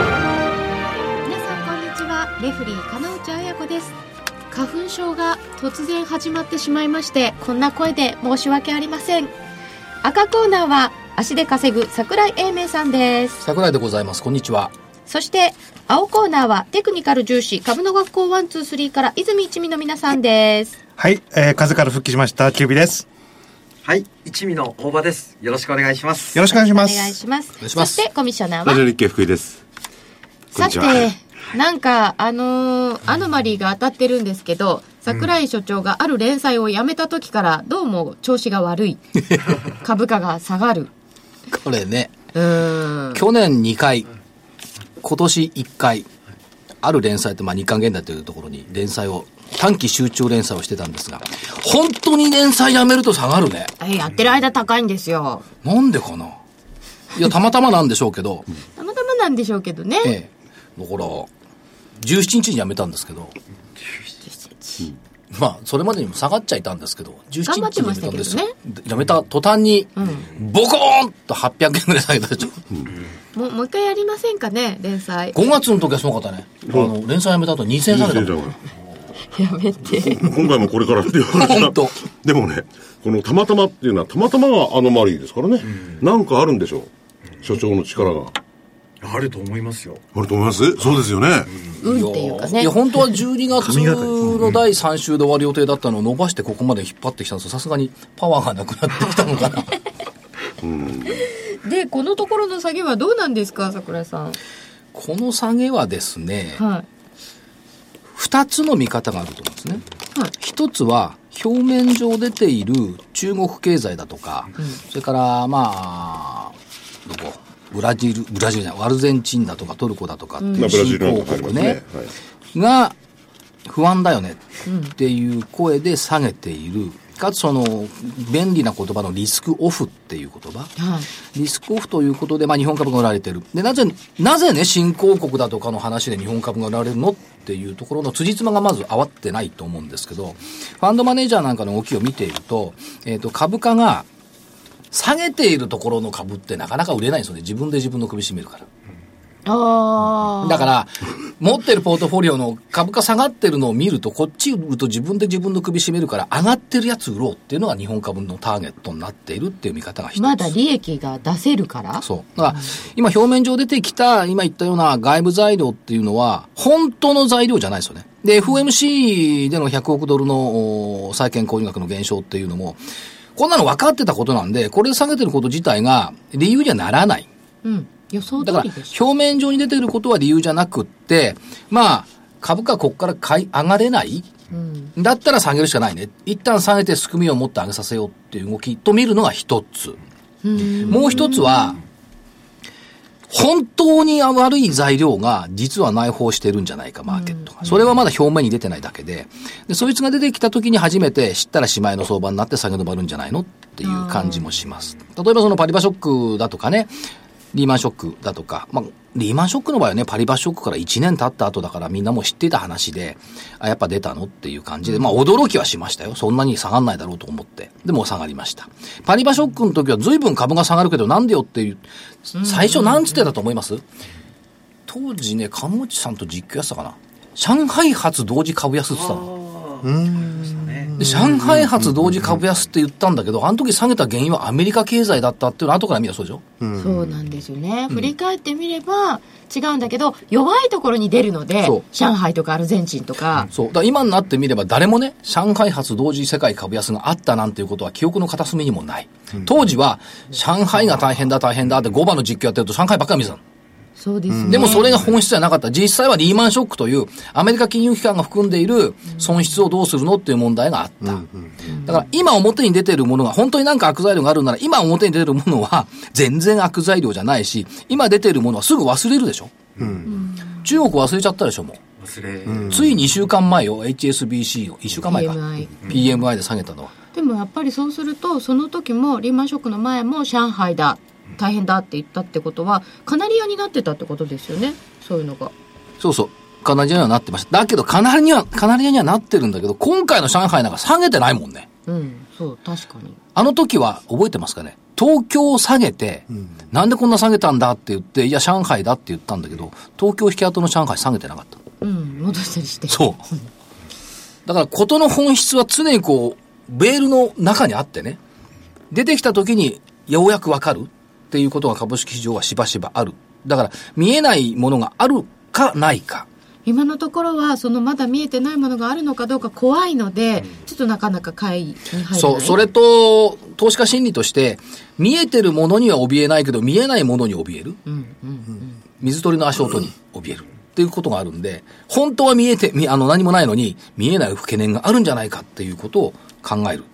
皆さんこんにちはレフリー金内彩子です花粉症が突然始まってしまいましてこんな声で申し訳ありません赤コーナーは足で稼ぐ桜井英明さんです桜井でございますこんにちはそして青コーナーはテクニカル重視株の学校123から泉一味の皆さんですはい、えー、風から復帰しました、キュービです。はい、一味の大場です。よろしくお願いします。よろしくお願いしおま願いす。します願いしますそしてコミッショナーラジオは日経福井です。さこんにちてはなんかあのーアノマリーが当たってるんですけど桜井所長がある連載をやめた時からどうも調子が 悪い株価が下がるこれねうーん去年2回今年1回ある連載って、まあ、日刊現代というところに連載を短期集中連載をしてたんですが本当に連載やめると下がるねえやってる間高いんですよなんでかないやたまたまなんでしょうけどたまたまなんでしょうけどね、ええ、だから17日に辞めたんですけどまあそれまでにも下がっちゃいたんですけど頑張17って日に辞めましたたんけどねですよで辞めた途端に、ボコーンと800円ぐらい下げたでしょもうもう一回やりませんかね連載5月の時はすごかったねあの連載辞めた後2000円下げたもんやめて今回もこれからって言われた本当でもね、このたまたまっていうのはたまたまがアノマリーですからね。なんかあるんでしょう。所長の力が。あると思いますよ。あると思いますそうですよね。運っていうかねいや本当は12月の第3週で終わる予定だったのを伸ばしてここまで引っ張ってきたんですよさすがにパワーがなくなってきたのか なでこのところの下げはどうなんですか桜井さんこの下げはですねは2つの見方があると思うんですねいはい一つは表面上出ている中国経済だとか、それからまあどこブラジルブラジルじゃないアルゼンチンだとかトルコだとかっていまあうブラ新ジルなん興か入り国ますね。ねはいが不安だよねっていう声で下げているかつその便利な言葉のリスクオフっていう言葉はいリスクオフということで、まあ、日本株が売られてる。で、なぜ、なぜね、新興国だとかの話で日本株が売られるのっていうところの辻褄がまず合わってないと思うんですけど、ファンドマネージャーなんかの動きを見ていると、えっ、と、株価が下げているところの株ってなかなか売れないんですよね。自分で自分の首絞めるから。ああだから、持ってるポートフォリオの株価下がってるのを見ると、こっち売ると自分で自分の首絞めるから、上がってるやつ売ろうっていうのが日本株のターゲットになっているっていう見方が一つ。まだ利益が出せるからそう。だから、今表面上出てきた、今言ったような外部材料っていうのは、本当の材料じゃないですよね。で、FOMC での100億ドルのお債券購入額の減少っていうのも、こんなの分かってたことなんで、これで下げてること自体が理由にはならない。うん予想だ通からりでしょ表面上に出てることは理由じゃなくって、まあ、株価こっから買い上がれないだったら下げるしかないね。一旦下げて含みを持って上げさせようっていう動きと見るのが一つ。もう一つは、本当に悪い材料が実は内包してるんじゃないか、マーケットが。それはまだ表面に出てないだけで。で、そいつが出てきた時に初めて知ったらしまいの相場になって下げ止まるんじゃないのっていう感じもします。例えばそのパリバショックだとかね、リーマンショックだとか、まあ、リーマンショックの場合はね、パリバショックから1年経った後だからみんなもう知っていた話で、あ、やっぱ出たのっていう感じで、まあ驚きはしましたよ。そんなに下がんないだろうと思って。でもう下がりました。パリバショックの時は随分株が下がるけどなんでよっていう、最初なんつってたと思います当時ね、鴨内さんと実況やってたかな。上海発同時株安って言ってたの。で上海発同時株安って言ったんだけど、あの時下げた原因はアメリカ経済だったっていうのは後から見たらそうでしょそうなんですよね、振り返ってみれば違うんだけど弱いところに出るのでそう上海とかアルゼンチンとか、そう。だから今になってみれば誰もね、上海発同時世界株安があったなんていうことは記憶の片隅にもない。当時は、上海が大変だ大変だって5番の実況やってると上海ばっかり見てたの。そうですね、でもそれが本質じゃなかった。実際はリーマンショックという、アメリカ金融機関が含んでいる損失をどうするのっていう問題があった。だから今表に出てるものが、本当になんか悪材料があるなら、今表に出てるものは全然悪材料じゃないし、今出てるものはすぐ忘れるでしょ。中国忘れちゃったでしょ、もう。忘れ、つい2週間前よ、HSBC を、1週間前か。 PMI PMI で下げたのは。でもやっぱりそうするとその時もリーマンショックの前も上海だ大変だって言ったってことはカナリアになってたってことですよねそういうのがそうそう。カナリアにはなってました。だけど、カナリアには、カナリアにはなってるんだけど、今回の上海なんか下げてないもんね。うんそう確かにあの時は、覚えてますかね東京を下げて、なんでこんな下げたんだって言って、いや、上海だって言ったんだけど、東京引き跡の上海下げてなかった。うん戻したりしてそう。 だから、ことの本質は常にこう、ベールの中にあってね、出てきた時にようやくわかるっていうことが株式市場はしばしばある。だから、見えないものがあるかないか。今のところはそのまだ見えてないものがあるのかどうか怖いので、ちょっとなかなか買いに入れないそう、それと、投資家心理として、見えてるものには怯えないけど、見えないものに怯える。うんうん水鳥の足音に怯える。っていうことがあるんで、本当は見えて、みあの、何もないのに、見えない懸念があるんじゃないかっていうことを考える。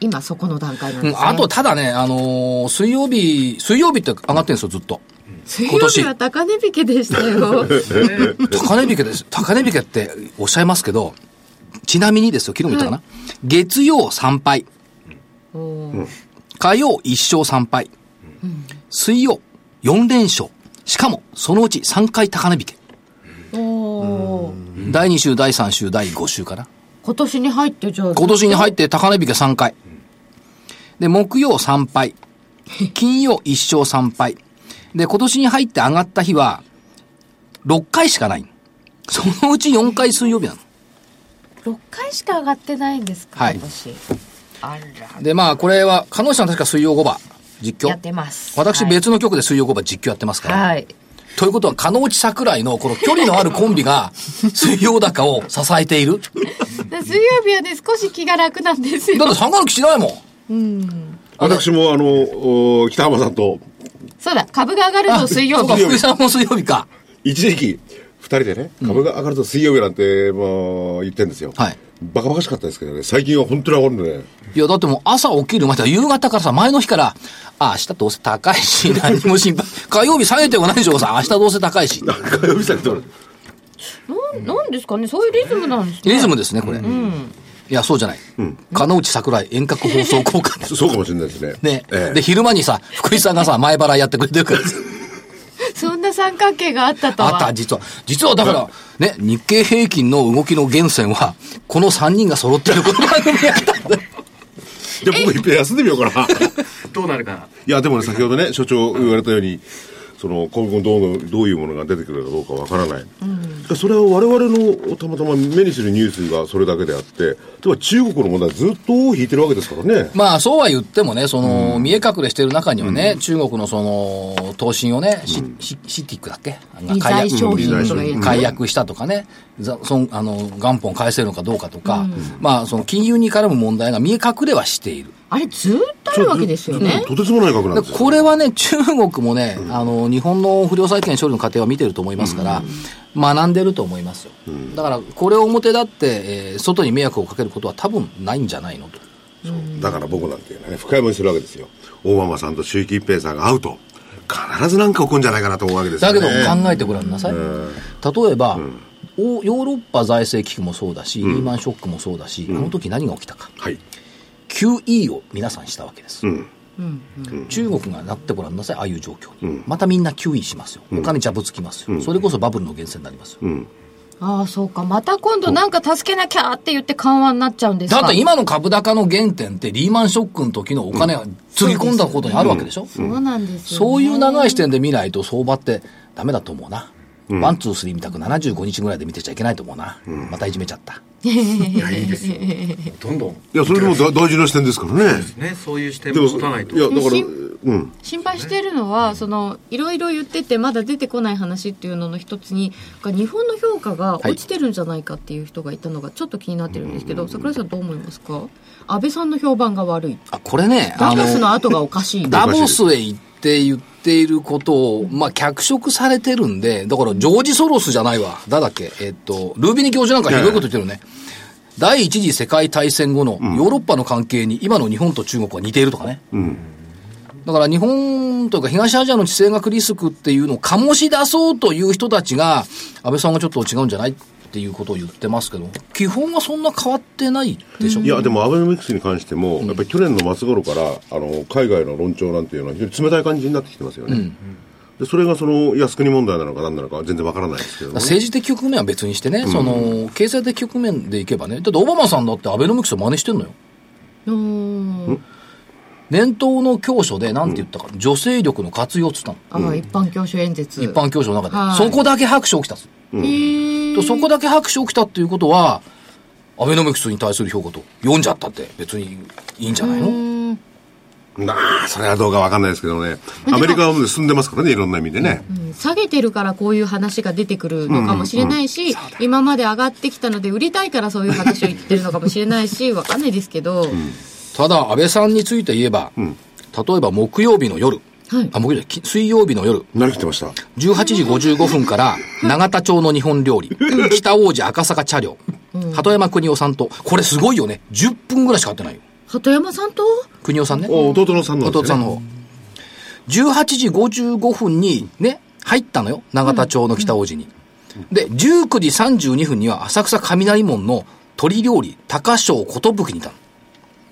今そこの段階なうんです、んね、あと、ただね、あのー水曜日、水曜日って上がってるんですよ、ずっと。水曜日は高値引けでした よ高値引けです。高値引けっておっしゃいますけど、ちなみにですよ、昨日も言ったかな。月曜参拝、おー火曜一勝参拝、水曜4連勝。しかも、そのうち3回高値引け。おー第2週、第3週、第5週かな。今年に入ってじゃあ今年に入って高値引け3回。で、木曜参拝。金曜一勝参拝。で、今年に入って上がった日は、6回しかない。そのうち4回水曜日なの。 6回しか上がってないんですか、はい私あらで、まあ、これは、加納さん確か水曜5番、実や況っ。てます私はい別の局で水曜5番実況やってますから。はいということは、加納内桜井のこの距離のあるコンビが、水曜高を支えている。で水曜日はね少し気が楽なんですだっよて三が抜きしないもん。私もあの、お北浜さんとそうだ株が上がると水曜そうか、日福井さんも水曜日か。一時期、二人でね、株が上がると水曜日なんて、まあ、言ってんですよ。はいバカバカしかったですけどね、最近は本当に上がるんでね。いや、だってもう朝起きるまでは夕方からさ、前の日から、あ、明日どうせ高い し、何も心配。火曜日下げてもないでしょ、さ、明日どうせ高いし。火曜日先となんなんですかねそういうリズムなんですねリズムですね、これ。いや、そうじゃない。加納内桜井遠隔放送効果 ね。そうかもしれないですね。ね、ええで、昼間にさ、福井さんがさ、前払いやってくれて るからさそんな三角形があったとはあった、実は。実はだから、ね、日経平均の動きの源泉は、この3人が揃ってるこの番組やったんだよ。じゃあ僕一遍休んでみようかな。どうなるかいや、でもね、先ほどね、所長言われたように、その、今後どうの、どういうものが出てくるかどうかわからない。しかしそれは我々の、たまたま目にするニュースがそれだけであって、例えば中国の問題ずっと引いてるわけですからね。まあ、そうは言ってもね、その、見え隠れしてる中にはね、中国のその、投信をね、シシシティックだっけ理財商品うんとか言う解約したとかね、ざそんあの、元本返せるのかどうかとか、まあ、その、金融に絡む問題が見え隠れはしている。あれずーっとあるわけですよねとてつもない額なんでですよ。これはね、中国もね、あの、日本の不良債権処理の過程は見てると思いますから、学んでると思いますよ。だから、これを表立って、えー外に迷惑をかけることは多分ないんじゃないのと。だから僕なんていうのはね、深い思いするわけですよ。大ママさんと習近平さんが会うと、必ずなんか起こるんじゃないかなと思うわけですだよけね。ど、考えてごらんなさい。例えば、おヨーロッパ財政危機もそうだし、リーマンショックもそうだし、あの時何が起きたか。はい。 QE を皆さんしたわけです。うん。中国がなってごらんなさい、ああいう状況に。またみんな QE しますよ。お金じゃぶつきますよ。それこそバブルの源泉になりますよ。ああそうかまた今度なんか助けなきゃって言って緩和になっちゃうんですかだって今の株高の原点ってリーマンショックの時のお金がつぎ込んだことにあるわけでしょ、そうなんですよ、ね、そういう長い視点で見ないと相場ってダメだと思うな。ワン、ツー、スリーみたく75日ぐらいで見てちゃいけないと思うな。またいじめちゃった。いやいいですよどんどんいや、それでもだ大事な視点ですからね。ねそういう視点でをも、持たないといや、だから、しうん。心配しているのは、そのいろいろ言っててまだ出てこない話っていうのの一つにが日本の評価が落ちてるんじゃないかっていう人がいたのがちょっと気になってるんですけど、桜井さんどう思いますか安倍さんの評判が悪いあ、これね、ダあボスのの、後がおかしいダボスへ行って言っていることを、まあ、脚色されてるんで、だからジョージ・ソロスじゃないわ。誰だっけえっと、ルービニ教授なんかひどいこと言ってるね。第一次世界大戦後のヨーロッパの関係に今の日本と中国は似ているとかね。だから日本本というか東アジアの地政学リスクっていうのを醸し出そうという人たちが、安倍さんはちょっと違うんじゃないっていうことを言ってますけど、基本はそんな変わってないでしょ。いやでもアベノミクスに関しても、やっぱり去年の末頃からあの海外の論調なんていうのは非常に冷たい感じになってきてますよね、でそれがその靖国問題なのか何なのかは全然わからないですけど、ね、政治的局面は別にしてね、その、経済的局面でいけばね、だってオバマさんだってアベノミクスを真似してんのよ。うん年頭の教書で、なんて言ったか、女性力の活用っつったの。あ、一般教書演説一般教書の中で。はいそこだけ拍手起きたっすへーとそこだけ拍手起きたっていうことは、アベノミクスに対する評価と、読んじゃったって別にいいんじゃないのなあそれはどうかわかんないですけどねアメリカはもう進んでますからねいろんな意味でね、うん下げてるからこういう話が出てくるのかもしれないし、今まで上がってきたので売りたいからそういう話を言ってるのかもしれない しわかんないですけど、ただ、安倍さんについて言えば、例えば木曜日の夜、はいあ、木曜日じゃないき水曜日の夜、何食ってました18時55分から、永田町の日本料理、北王子赤坂茶寮、鳩山邦夫さんと、これすごいよね。10分ぐらいしか会ってないよ。鳩山さんと邦夫さんね。お弟のさんの、ね、弟さんの方。18時55分にね、入ったのよ。永田町の北王子に。で、19時32分には浅草雷門の鳥料理、高匠寿にいたの。っ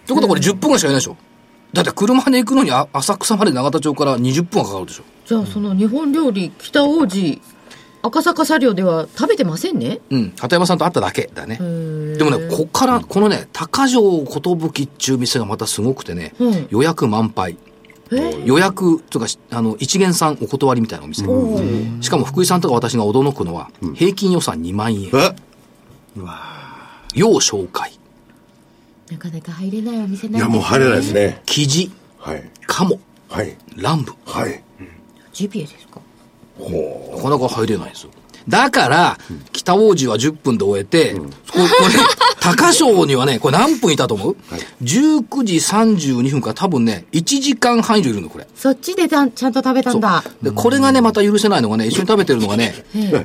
てことはこれ10分ぐらいしかいないでしょ。だって車で行くのにあ浅草まで永田町から20分はかかるでしょ。じゃあその日本料理北王子赤坂茶寮では食べてませんねうん。鳩山さんと会っただけだね。でもね、こっから、このね、高城寿っていう店がまたすごくてね、うん予約満杯。え予約とかしあの一元さんお断りみたいなお店、しかも福井さんとか私が驚くのは、平均予算2万円え要紹介なかなか入れないお店いなやんもうです入れないですねキジはいカモはいランブはいジビエですかなかなか入れないですよだから、北王子は10分で終えて、ここれ、高翔にはね、これ何分いたと思う、?19 時32分から多分ね、1時間半以上いるの、これ。そっちでたんちゃんと食べたんだで、これがね、また許せないのがね、一緒に食べてるのがね、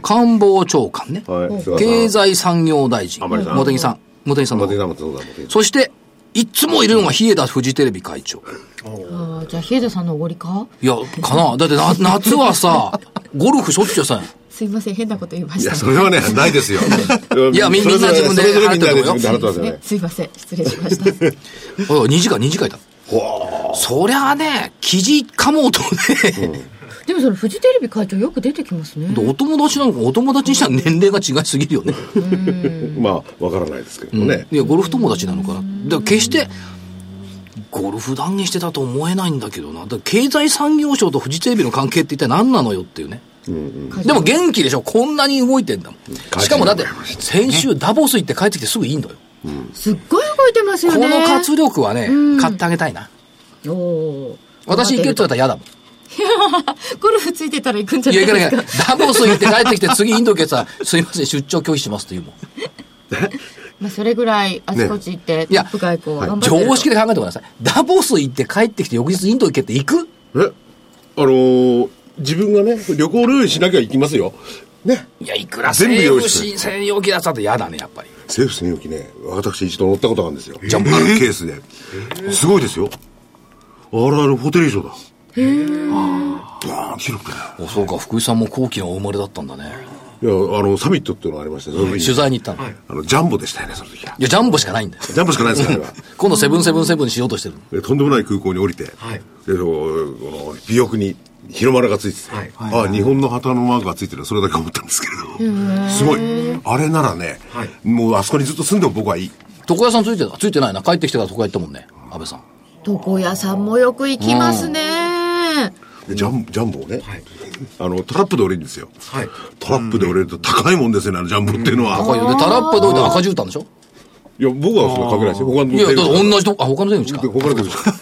官房長官ね、はい菅さん経済産業大臣、甘利さん茂木さん、茂木さんの松井方さんもそうだ松井さんそして、いつもいるのが日枝フジテレビ会長。あーじゃあ日枝さんのおごりかいや、かなだってな、夏はさ、ゴルフしょっちゅうさ、すいません変なこと言いまいしや、たそれはね、ないですよ。 いやみみんな自分でそれぞれ払ってると思うよそれぞれみんなで自分で払ってますよね。すいません失礼しました 2時間、2時間いた。そりゃあね、記事かもとね、でもそのフジテレビ会長よく出てきますねお友達なんか、お友達にしたら年齢が違いすぎるよね。まあ、わからないですけどもねい。や、ゴルフ友達なのかな。だから決して、ゴルフ断言してたと思えないんだけどな。だから経済産業省とフジテレビの関係って一体何なのよっていうね。でも元気でしょこんなに動いてんだもん。しかもだって、先週ダボス行って帰ってきてすぐいいんだよ。すっごい動いてますよこねの活力はねうん、買ってあげたいな。おー私行けって言われたら嫌だもん。ゴルフついてたら行くんじゃいなや、行いかなでいす行かなかい。ダボス行って帰ってきて次インド行けってさ、すいません、出張拒否しますって言うもん。まあそれぐらいあちこち行って、トップ外交頑張ってる常識で考えてください。ダボス行って帰ってきて翌日インド行けって行くえ、あのー自分がね、旅行料理しなきゃ行きますよ。ね。いや、いくら全部政用意府して新専用機だったって嫌だね、やっぱり。政府専用機ね、私一度乗ったことがあるんですよ。じゃああるケースで。すごいですよ。あれあれ、ホテル以上だ。へー。あー広くてね。おそうか、福井さんも後期のお生まれだったんだね。いや、あの、サミットっていうのがありましたね。その時に取材に行ったの。いあの、ジャンボでしたよね、その時は。や、ジャンボしかないんだよ。ジャンボしかないですから、あれは。今度セブンセブンセブンしようとしてる。でとんでもない空港に降りて、はいでこの尾翼に日の丸がついてて、はいあ日本の旗のマークがついてるそれだけ思ったんですけれどすごいあれならね、はいもうあそこにずっと住んでも僕はいい床屋さんついてたついてないな。帰ってきてから床屋行ったもんね。安倍さん。床屋さんもよく行きますね、でジャンジャンボをね、あのトラップで降りるんですよ、はいトラップで降りると高いもんですよねあのジャンボっていうのは、高いよ。で、タラッパで置いて赤絨毯でしょいや僕はそれかけないですよ他のいや、だってで同じとこ、あ、他の全部か。他の手口か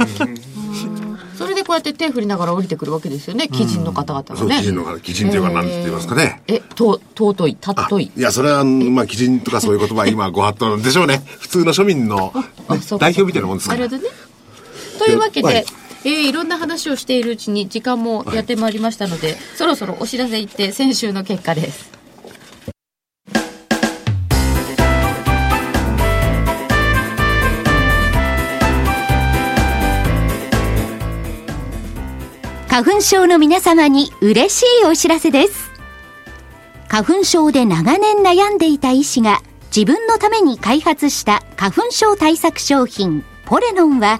それでこうやって手振りながら降りてくるわけですよね貴人の方々がそうね基人の方基人というか何て言いますかね、えと尊い尊いいや、それは、まあ、基人とかそういう言葉は今、ご法度なんでしょうね。 普通の庶民のあそうか代表みたいなもんですかならる。ほどねというわけで、はいいえーいろんな話をしているうちに時間もやってまいりましたので、そろそろお知らせ行って先週の結果です花粉症の皆様に嬉しいお知らせです。花粉症で長年悩んでいた医師が自分のために開発した花粉症対策商品ポレノンは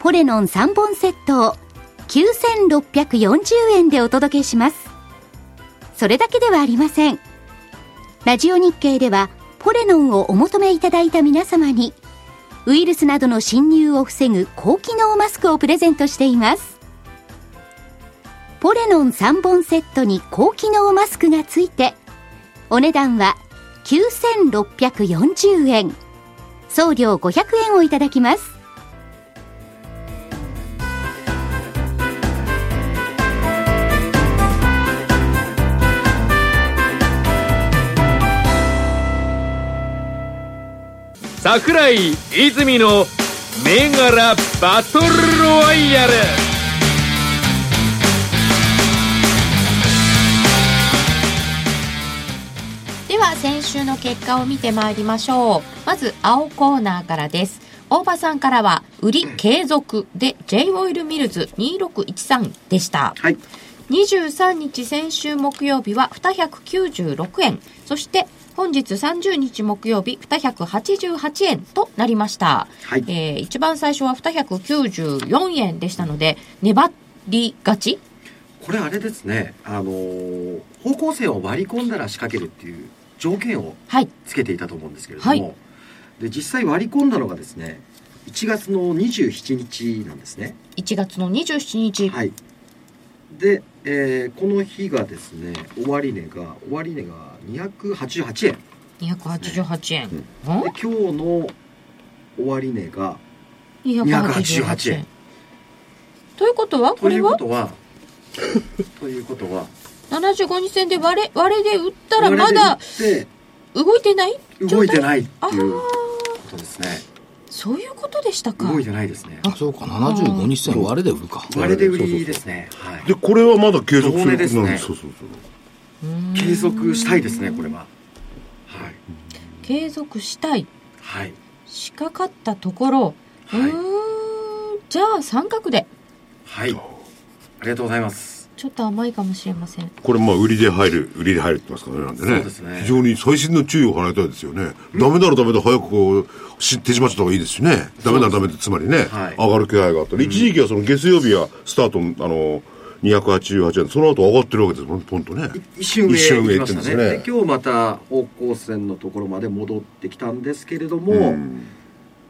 ポレノン3本セットを9640円でお届けしますそれだけではありませんラジオ日経ではポレノンをお求めいただいた皆様にウイルスなどの侵入を防ぐ高機能マスクをプレゼントしていますポレノン3本セットに高機能マスクがついてお値段は9640円送料500円をいただきます桜井泉の銘柄バトルロワイヤルでは先週の結果を見てまいりましょうまず青コーナーからです大場さんからは売り継続で J オイルミルズ2613でしたはい。 23日先週木曜日は296円そして本日30日木曜日288円となりました、はいえー一番最初は294円でしたので粘り勝ちこれあれですね。あのー方向性を割り込んだら仕掛けるっていう条件をはいつけていたと思うんですけれども、はいで実際割り込んだのがですね、1月の27日なんですね。 1月の27日、はい。で、えーこの日がですね、終値が終値が288円。 288円、で今日の終値がん、 288円ということはこといれうこはとはということは75日線で割れ割れで売ったらまだで動いてない動いていないっていうことですねそういうことでしたか動いてないですねあそうか、75日線割れで売るか。割れで売りですねはいで、これはまだ継続す同る盟ですねなんそうそうそう。継続したいですねこれははい継続したいはいしかかったところ、はいうーんじゃあ三角ではいありがとうございますちょっと甘いかもしれませんこれまあ売りで入る売りで入るってますからねなんでねそうですね非常に最新の注意を払いたいですよね、ダメならダメで早くこう知ってしまった方がいいですしねダメならダメでつまりね、はい上がる気配があったり、一時期はその月曜日はスタートあの288円その後上がってるわけですもんポンとねい一瞬上一瞬上行きました行っねてんですねで今日また方向線のところまで戻ってきたんですけれども、うん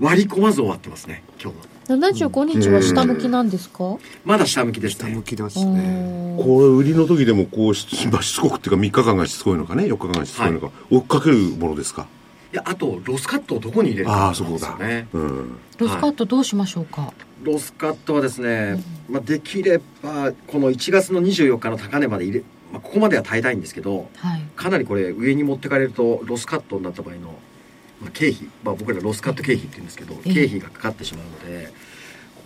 割り込まず終わってますね今日は75日は下向きなんですかまだ下向きです下向ねきですね。これ売りの時でもこうしまあしつこくっていうか3日間がしつこいのかね4日間がしつこいのか、追っかけるものですかいやあとロスカットをどこに入れるあかあそこだ、ですよねうんロスカットどうしましょうか、ロスカットはですね、まあ、できればこの1月の24日の高値まで入れ、まあ、ここまでは耐えたいんですけどはいかなりこれ上に持ってかれるとロスカットになった場合の、まあ、経費、まあ、僕らロスカット経費って言うんですけど、ええ経費がかかってしまうので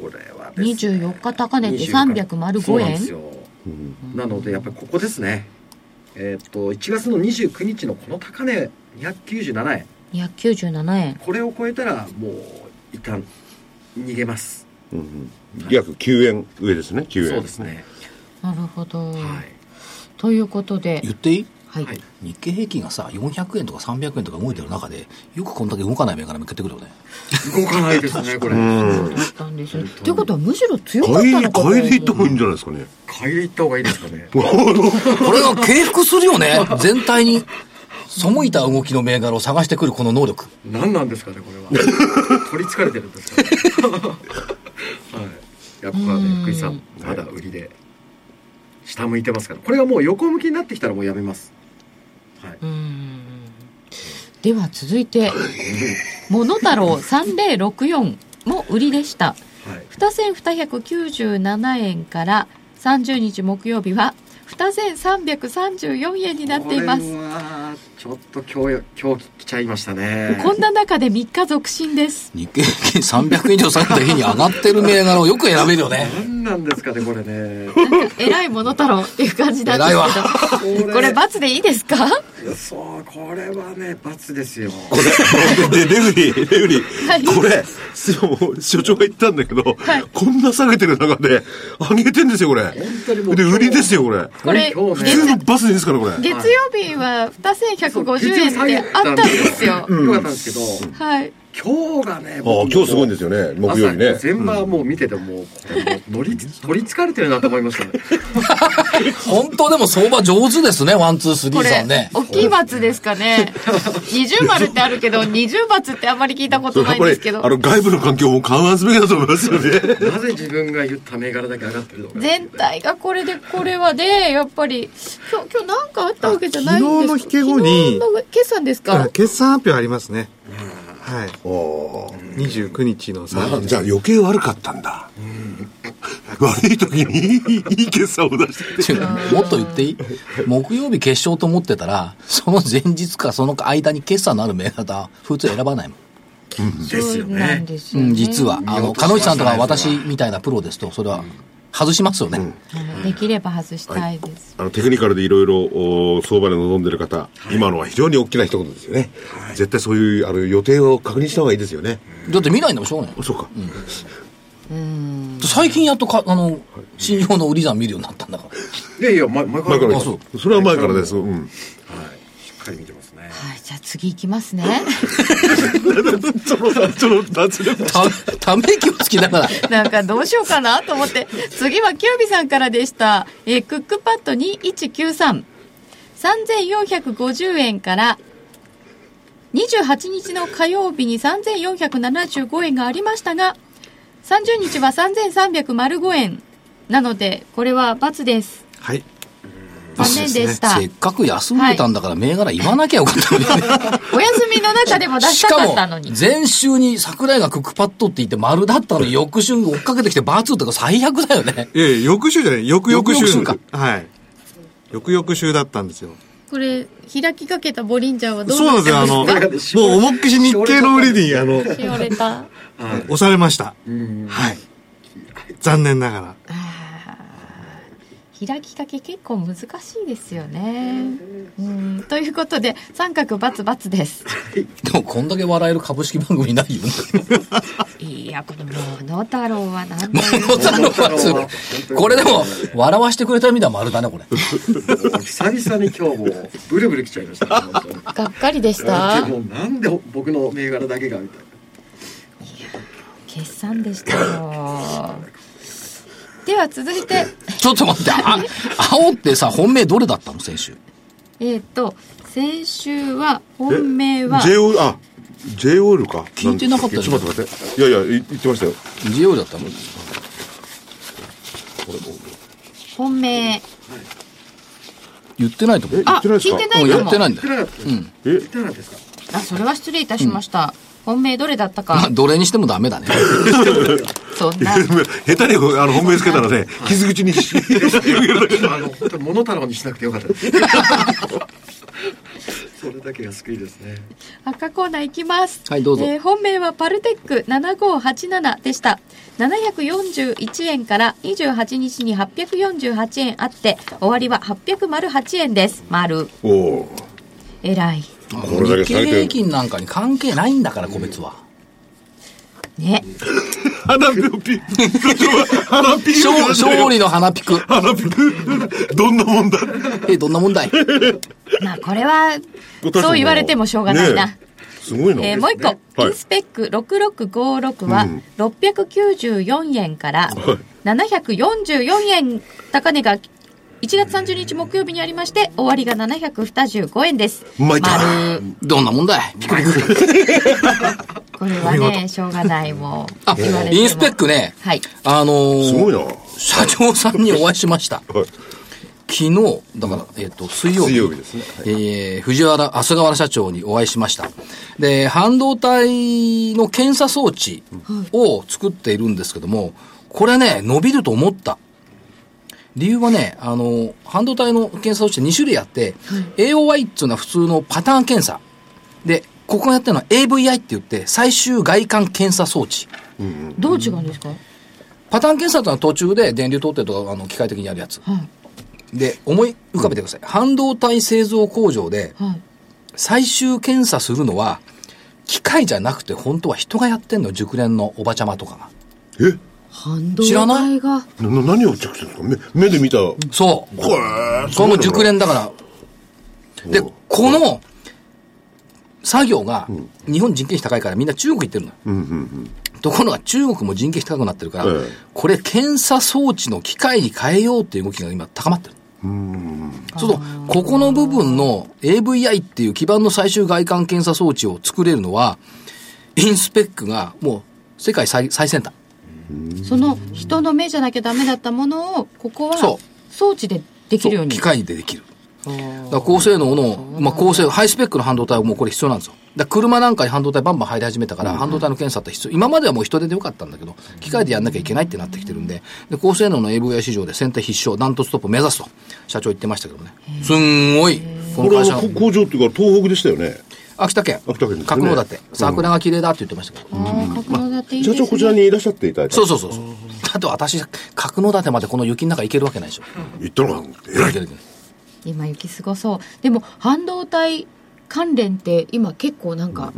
これはですね24日高値って24 305そうなんです円ようんなのでやっぱりここですねえーっと1月の29日のこの高値297円297円これを超えたらもう一旦逃げますうんうん、約9円上ですね9円そうですね、なるほど、はいということで言っていいはい、はい日経平均がさ、400円とか300円とか動いてる中で、よくこんだけ動かない銘柄も買ってくるよね。動かないですね、これ。うんだったんですよということはむしろ強かっ買いたのかと思う買いでいった方がいいんじゃないですかね買いで行った方がいいですかね。これが敬服するよね、 全体に。背いた動きの銘柄を探してくるこの能力。何なんですかね、これは。取りつかれてるんですか、ね。 はい。やっぱね、福井さん、まだ売りで。下向いてますから、これがもう横向きになってきたら、もうやめます。はい。うんでは続いて「モノ太郎3064」も売りでしたはい。 2297円から30日木曜日は2334円になっていまこすれはちょっと今日今日来ちゃいましたねこんな中で3日続進です日経平均300円以上下げた日に上がってる銘柄をよく選べるよね。何なんですかねこれ ねなんか偉いもの太郎っていう感じなん偉いわですけ どこれ罰でいいですかそうこれはね罰ですよこれ、で、レフリー、レフリはいー、これ、すもう所長が言ったんだけど、はいこんな下げてる中で、上げてんですよ、これ。当にもうで、今日売りですよ、これ。これ今日普ね通のバスでいいですから、これ。月曜日は2150円ってあったんですようんよかったんですけど、はい今日がねああ、今日すごいんですすよね、木曜日ね。全場もう見ててもうこれもう乗り取りつかれてるなと思いましたね 本当でも相場上手ですね、ワン、ツー、スリこーされんね。大きい罰ですかね二重丸ってあるけど二重罰ってあんまり聞いたこそとれなやっいんぱですりけ、どあの、外部の環境も勘案すべきだと思いますよね。なぜ自分が言った銘柄だけ上がってるのか全体がこれでこれはでやっぱり今日今日なんかあったわけじゃないんです昨日の引け後に昨日の決算ですか決算発表ありますね。はい。ああ。 29日のな3時。 じゃあ余計悪かったんだ。悪い時にいい決算を出してちょもっと言っていい木曜日決勝と思ってたら、その前日かその間に決算のある銘柄、普通選ばないもん。ですよそうなんねですうよねん、実は。あの、見鹿落としましたね野内さんとかそ私れはみたいなプロですと、それは外しますよね。できれば外したいですあのテクニカルでいろいろ相場で望んでる方、今のは非常に大きな一言ですよね、絶対そういうあの予定を確認した方がいいですよね、だって見ないんだもんしょうがない。そうか、最近やっとか、あの、信用の売り算見るようになったんだから。いやいや前前か前らからあでそすそれは前からです、うん、はいしっかり見てますねはいじゃあ次行きますねそのその脱力た、ため息をつきながら。なんかどうしようかなと思って次はキュービさんからでした、えークックパッド2193 3450円から28日の火曜日に3475円がありましたが30日は3305円なのでこれは×ですはい。 残念でしたせっかく休んでたんだから、銘柄言わなきゃよかったのに、お休みの中でも出ししたかかもったのに、前週に桜井がクックパッドって言って丸だったのに、翌週追っかけてきてバツとか最悪だよね。ええ、翌週じゃない、翌々週。翌々週はい。翌々週だったんですよ。これ開きかけたボリンジャーはどうそうなんなっですたよ、あの、もんですかう思いっきし日経の売りに、あの、しおれた押されました。うんはい。残念ながら。開きかけ結構難しいですよね。うんということで三角バツバツです。でも、こんだけ笑える株式番組ないよね。いやこの「モノ太郎」はなんだモよ。ノタロウはすごいこれでも、笑わしてくれた意味では丸だ ね、これ。久々に今日もうブルブル来ちゃいましたね本当にがっかりでしたで。もなんで僕の銘柄だけがみたいな決算でしたよ。では続いてちょっと待って、あ、青ってさ、本命どれだったの、先週。えっ、と先週は本命は J オールあ J オールか聞いてなかったよちょっと待って待っていやいやい言ってましたよ GO だったの本命言ってないと思う。あ言っ聞ていないてですなうん言いかってもないんだいくよ。らだったうん。いくらだったですかあそれは失礼いたしました、本命どれだったまかあ、どれにしてもダメだね。そんな 下手にあの本命つけた らね傷口にあの本当にモノタロウにしなくてよかったです それだけが救いですね赤コーナーいきます。はいどうぞえー本命はパルテック7587でした。741円から28日に848円あって、終わりは808円です。丸。おおえらい。これだけ日下経げて平る均なんかに関係ないんだから、個別は。ね。花ピュ ピ花ピ勝勝利の花ピク。花ピュどんなもんだえ、どんな問題まあ、これは、そう言われてもしょうがないな。ねえすごいな。えーもう一個、インスペック6656はうん694円から744円高値が1月30日木曜日にありまして終わりが725円です。参った丸どんな問題ピクピク。これはねしょうがないもうあ、言われてもインスペックね、はいあのーすごいな。社長さんにお会いしました。昨日、だから、えっ、と、水曜日。水曜日ですねえー藤原、浅川原社長にお会いしました。で、半導体の検査装置を作っているんですけども、これね、伸びると思った。理由はね、あの、半導体の検査として2種類あって、AOI っていうのは普通のパターン検査。で、ここがやってるのは AVI って言って、最終外観検査装置。どう違うんですか、パターン検査というのは途中で電流通ってとか、あの、機械的にやるやつ。はいで、思い浮かべてください。半導体製造工場で、はい最終検査するのは、機械じゃなくて本当は人がやってんの、熟練のおばちゃまとかが。え半導知らな体いがなな何をチェックするんですか目目で見た。こそう。れ、これも熟練だから。で、うんこの、作業が、日本人件費高いからみんな中国行ってるのよ。うんうんところが中国も人件費高くなってるから、ええこれ検査装置の機械に変えようっていう動きが今高まってる。そうすると、ここの部分の AVI っていう基盤の最終外観検査装置を作れるのは、インスペックがもう世界最最先端。その人の目じゃなきゃダメだったものをここはそ装置でできるように機械でできる。だから高性能の、まあ、高性能、ハイスペックの半導体はもうこれ必要なんですよ。だから車なんかに半導体バンバン入り始めたから、半導体の検査って必要。今まではもう人手でよかったんだけど、機械でやんなきゃいけないってなってきてるんで、で高性能の AVI 市場で先手必勝、ダントツトップを目指すと、社長言ってましたけどね。すんごい、このこれ会社はこ、工場っていうか東北でしたよね。秋田県、秋田県ですね格納だって、桜が綺麗だって言ってましたけど。ああ格納だっていいで社すね長こちらにいらっしゃっていただいた。そうそうそうそう。あと私、格納てまでこの雪の中行けるわけないでしょ。言ったのか偉い。今雪すごそうでも半導体関連って今結構なんか、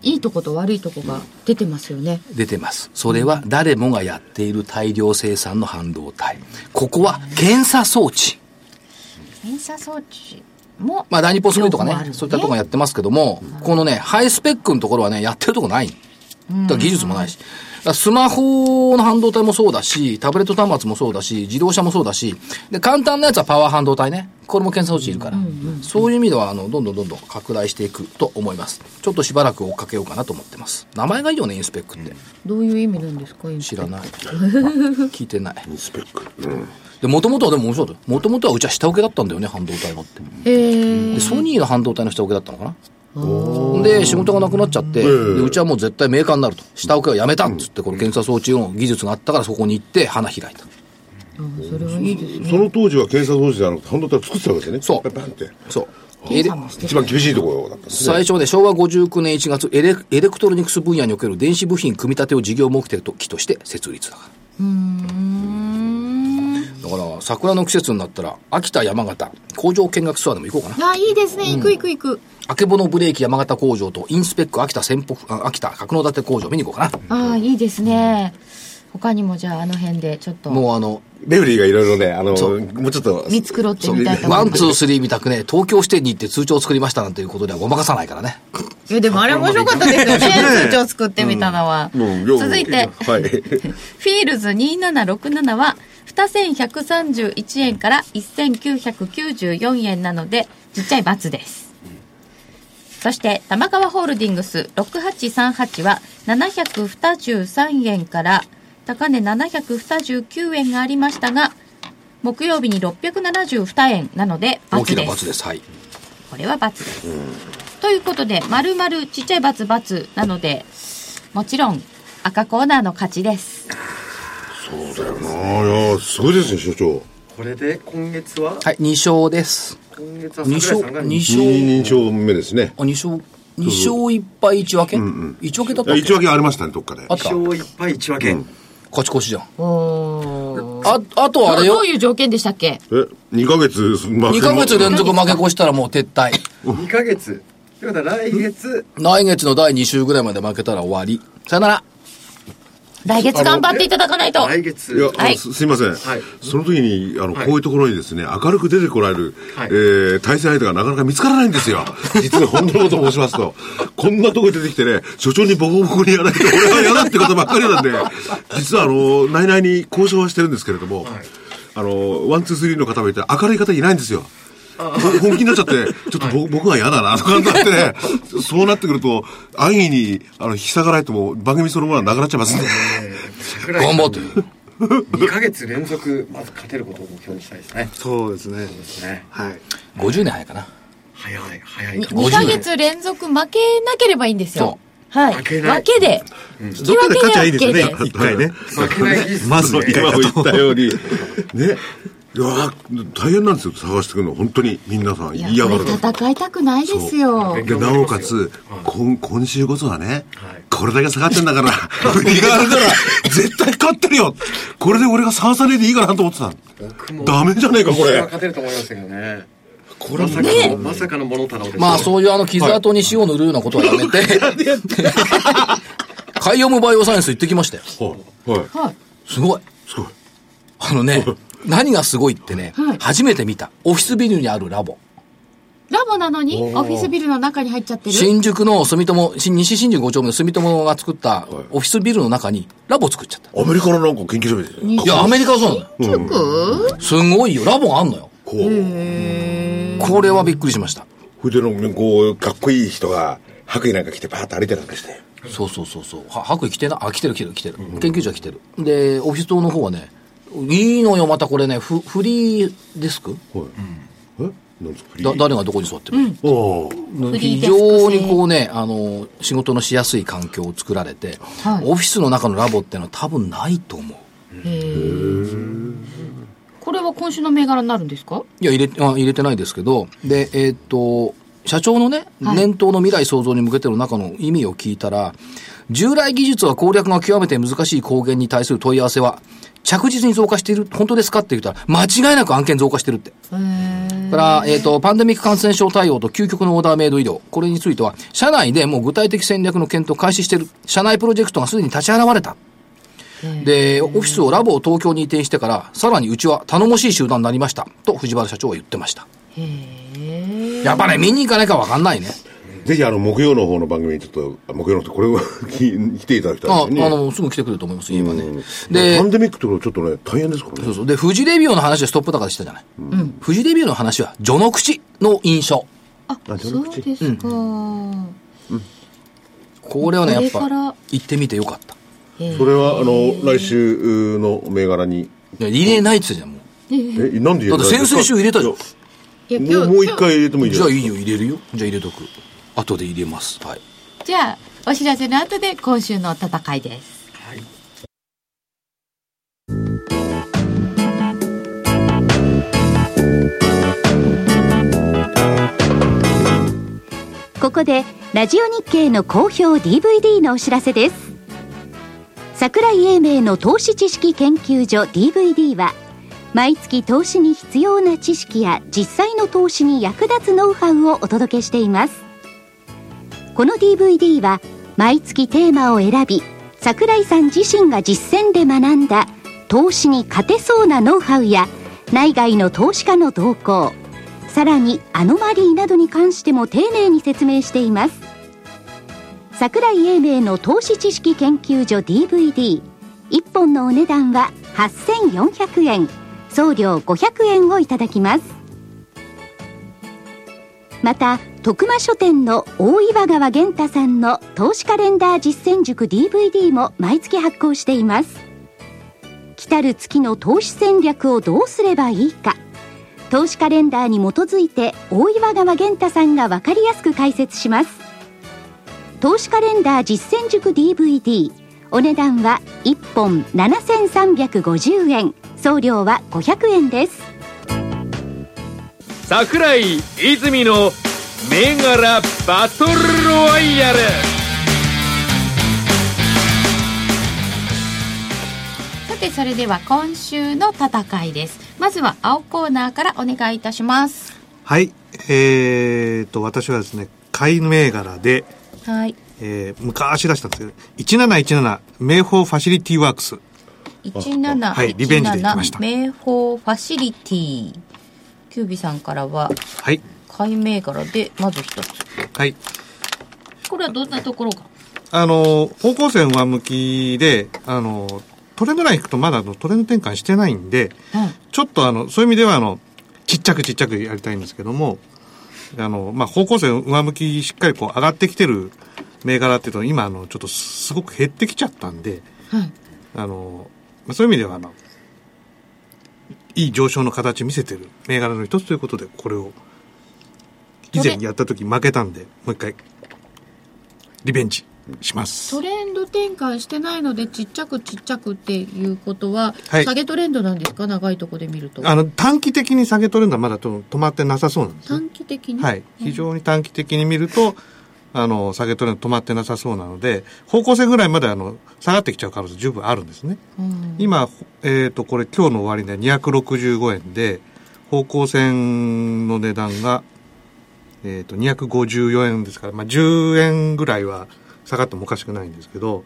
いいとこと悪いとこが出てますよね、出てます。それは誰もがやっている大量生産の半導体。ここは検査装置。検査装置もまあ、大日本ソリとかね両方ある、ねそういったところがやってますけども、このね、ハイスペックのところはね、やってるとこない。だから技術もないし。だからスマホの半導体もそうだし、タブレット端末もそうだし、自動車もそうだし、で、簡単なやつはパワー半導体ね。これも検査装置いるから。そういう意味では、あの、どんどんどんどん拡大していくと思います。ちょっとしばらく追っかけようかなと思ってます。名前がいいよね、インスペックって。どういう意味なんですか今知ら ない。聞いてない。インスペック。うん。で、もともとはでも面白かった。もともとはうちは下請けだったんだよね、半導体のって。へーで、ソニーの半導体の下請けだったのかな。で、仕事がなくなっちゃって、でうちはもう絶対メーカーになると。下請けはやめたっつって、この検査装置の技術があったからそこに行って花開いた。それはいいですねその当時は検査装置じゃなくて半導体を作ってたわけですね。そうバンバンって。そう。えれ一番厳しいところだったんですね。最初はね、昭和59年1月エレ、エレクトロニクス分野における電子部品組み立てを事業目的として設立だから。だから、桜の季節になったら、秋田、山形、工場見学ツアーでも行こうかな。あいいですね行く行く行く、あけぼのブレーキ山形工場とインスペック秋田仙北、あ秋田格納立て工場見に行こうかああいいですね他にもじゃああの辺でちょっとな。もうあの、レフェリーがいろいろね、あの、そもうちょっと。見繕ってみたいと思いますワン、ツー、スリー見たくね、東京支店に行って通帳を作りましたなんていうことではごまかさないからね。いやでもあれ面白かっ たですよね通帳作ってみたのは、うんよう続いてはい。フィールズ2767は2131円から1994円なのでちっちゃい×ですそして玉川ホールディングス6838は723円から高値729円がありましたが木曜日に672円なので大き×なで罰すです。はい。これは×です、ということで丸々ちっちゃい××なのでもちろん赤コーナーの勝ちですああ、いや、すごいですね、所長。これで今月ははい、2勝です。今月は2桜勝、井さんが2二勝、人称目ですね。あ、2勝、2勝1敗1分け ?1 分けだったっけ一分けありましたね、どっかで。あった勝勝一敗一分け、ち越しじゃん。あ、あとあれどよう。いう条件でしたっけえ、二ヶ月、ま2ヶ月連続負け越したらもう撤 退。二ヶ月ということは来月来月の第2週ぐらいまで負けたら終わり。さよなら。来月頑張っていただかないと来月いや、あはのいすすいませはん、いその時にあの、はいこういうところにですね明るく出てこられる、はいえー対戦相手がなかなか見つからないんですよ実は本当のことを申しますと こんなとこに出てきてね所長にボコボコにやられて俺は嫌だってことばっかりなんで実はあの内々に交渉はしてるんですけれども、あのワンツースリーの方もいて明るい方いないんですよほ本気になっちゃって、ちょっとぼ僕は嫌だな、とかになってね、そうなってくると、安易に、あの、引き下がらないともう番組そのものはなくなっちゃいますんで。桜井さ頑ん張って。 2ヶ月連続まず勝てることを目標にしたいですねそうですね。ねはい。 50年早いかな。早い早い2ヶ月連続負けなければいいんですよそはい。負けないわけで。引きどっ分かでけ勝ちゃいいですよねわけで。一回ね。負けない技術まずそう一今回も言だっと。たようにねいやー大変なんですよ探してくるの本当にみんなさんいや嫌がこるれ戦いたくないですよ。そうでなおかつ、今今週こそはね、はいこれだけ下がってんだ から、売りがあるから、絶対勝ってるよこれで俺が3差でいいかなと思ってた。僕もダメじゃねえか、こ僕はれ。勝てると思いましたけどねこれまはさかの、まさかのモノタロウですよまあそういうあの傷跡に塩を塗るようなことはやめて、 海洋ムバイオサイエンス行ってきましたよ。はい。はい。はい。すごい。すごい。あのね、何がすごいってね、初めて見た。オフィスビルにあるラボ。ラボなのにオフィスビルの中に入っちゃってる新宿の住友、新西新宿5丁目の住友が作ったオフィスビルの中にラボ作っちゃった。アメリカのなんか研究所みたいな。いや、アメリカはそうなのよ。くすごいよ。ラボがあんのよ。こう、これはびっくりしました。それでなんかこう、かっこいい人が、白衣なんか着てパーッと歩いてるんかして。そうそうそうそう。は白衣着てな、あ、着てる着てる着てる。研究者着てる。で、オフィス棟の方はね、いいのよ、またこれね、フフリーデスクはい。えなんですかフリだー誰がどこに座ってる、おー非常にこうね、あの、仕事のしやすい環境を作られて、はいオフィスの中のラボってのは多分ないと思う。これは今週の銘柄になるんですかいや、入れ、あ入れてないですけど、で、えーっと、社長のね、年頭の未来創造に向けての中の意味を聞いたら、従来技術は攻略が極めて難しい抗原に対する問い合わせは、着実に増加している、本当ですかって言ったら、間違いなく案件増加してるって。だから、えーっ、と、パンデミック感染症対応と究極のオーダーメイド医療、これについては、社内でもう具体的戦略の検討を開始している、社内プロジェクトがすでに立ち現れた。で、オフィスをラボを東京に移転してから、さらにうちは頼もしい集団になりました、と藤原社長は言ってました。やっぱね、見に行かないか分かんないね。ぜひあの、木曜の方の番組にちょっと、あ木曜のってこれを来ていただきたあ、いあですよね。の、すぐ来てくれると思います、今ね。パンで、デミックってことはちょっとね、大変ですからね。そうそう。で、富士レビューの話はストップ高でしたじゃない。富士レビューの話は、序の口の印象。そうですか。これはね、やっぱこれから、行ってみてよかった。それはあの来週の銘柄にで入れないって言ってたじゃん、もえなんでう。だって先々週入れたじゃん。いやいやもうもう一回入れてもいいじゃあんいいよ、入れるよ。じゃあ入れとく。後で入れます。はい。じゃあ、お知らせの後で今週の戦いです。ここでラジオ日経の好評 DVD のお知らせです桜井英明の投資知識研究所 DVD は毎月投資に必要な知識や実際の投資に役立つノウハウをお届けしていますこの DVD は毎月テーマを選び桜井さん自身が実践で学んだ投資に勝てそうなノウハウや内外の投資家の動向さらにアノマリーなどに関しても丁寧に説明しています桜井英明の投資知識研究所 DVD1 本のお値段は8400円送料500円をいただきますまた徳間書店の大岩川源太さんの投資カレンダー実践塾 DVD も毎月発行しています来たる月の投資戦略をどうすればいいか投資カレンダーに基づいて大岩川源太さんが分かりやすく解説します投資カレンダー実践塾 DVD お値段は1本7350円送料は500円です桜井泉の銘柄バトルロワイヤルさて、それでは今週の戦いです。まずは青コーナーからお願いいたします。はい。えーと、私はですね、買い銘柄で、はい。えー、昔出したんですけど、1717、名宝ファシリティワークス。 1717、はいリベンジできました名宝ファシリティ。キュービさんからは、はい。買い銘柄で、まず一つ。はい。これはどんなところがあの、方向線上向きで、あの、トレンドライン引くとまだあのトレンド転換してないんで、うんちょっとあの、そういう意味ではあの、ちっちゃくちっちゃくやりたいんですけども、あの、まあ、方向線上向きしっかりこう上がってきてる銘柄っていうと、今あの、ちょっとすごく減ってきちゃったんで、はい。あの、まあ、そういう意味ではあの、いい上昇の形見せてる銘柄の一つということで、これを、以前やった時負けたんで、もう一回、リベンジ。します。トレンド転換してないのでちっちゃくちっちゃくっていうことは、はい下げトレンドなんですか長いとこで見るとあの、短期的に下げトレンドはまだと止まってなさそうなんですね。短期的に、はい。非常に短期的に見ると、あの、下げトレンド止まってなさそうなので、方向性ぐらいまであの、下がってきちゃう可能性十分あるんですね。今、えっ、と、これ今日の終値265円で、方向線の値段が、えっ、と、254円ですから、まあ、10円ぐらいは下がってもおかしくないんですけど、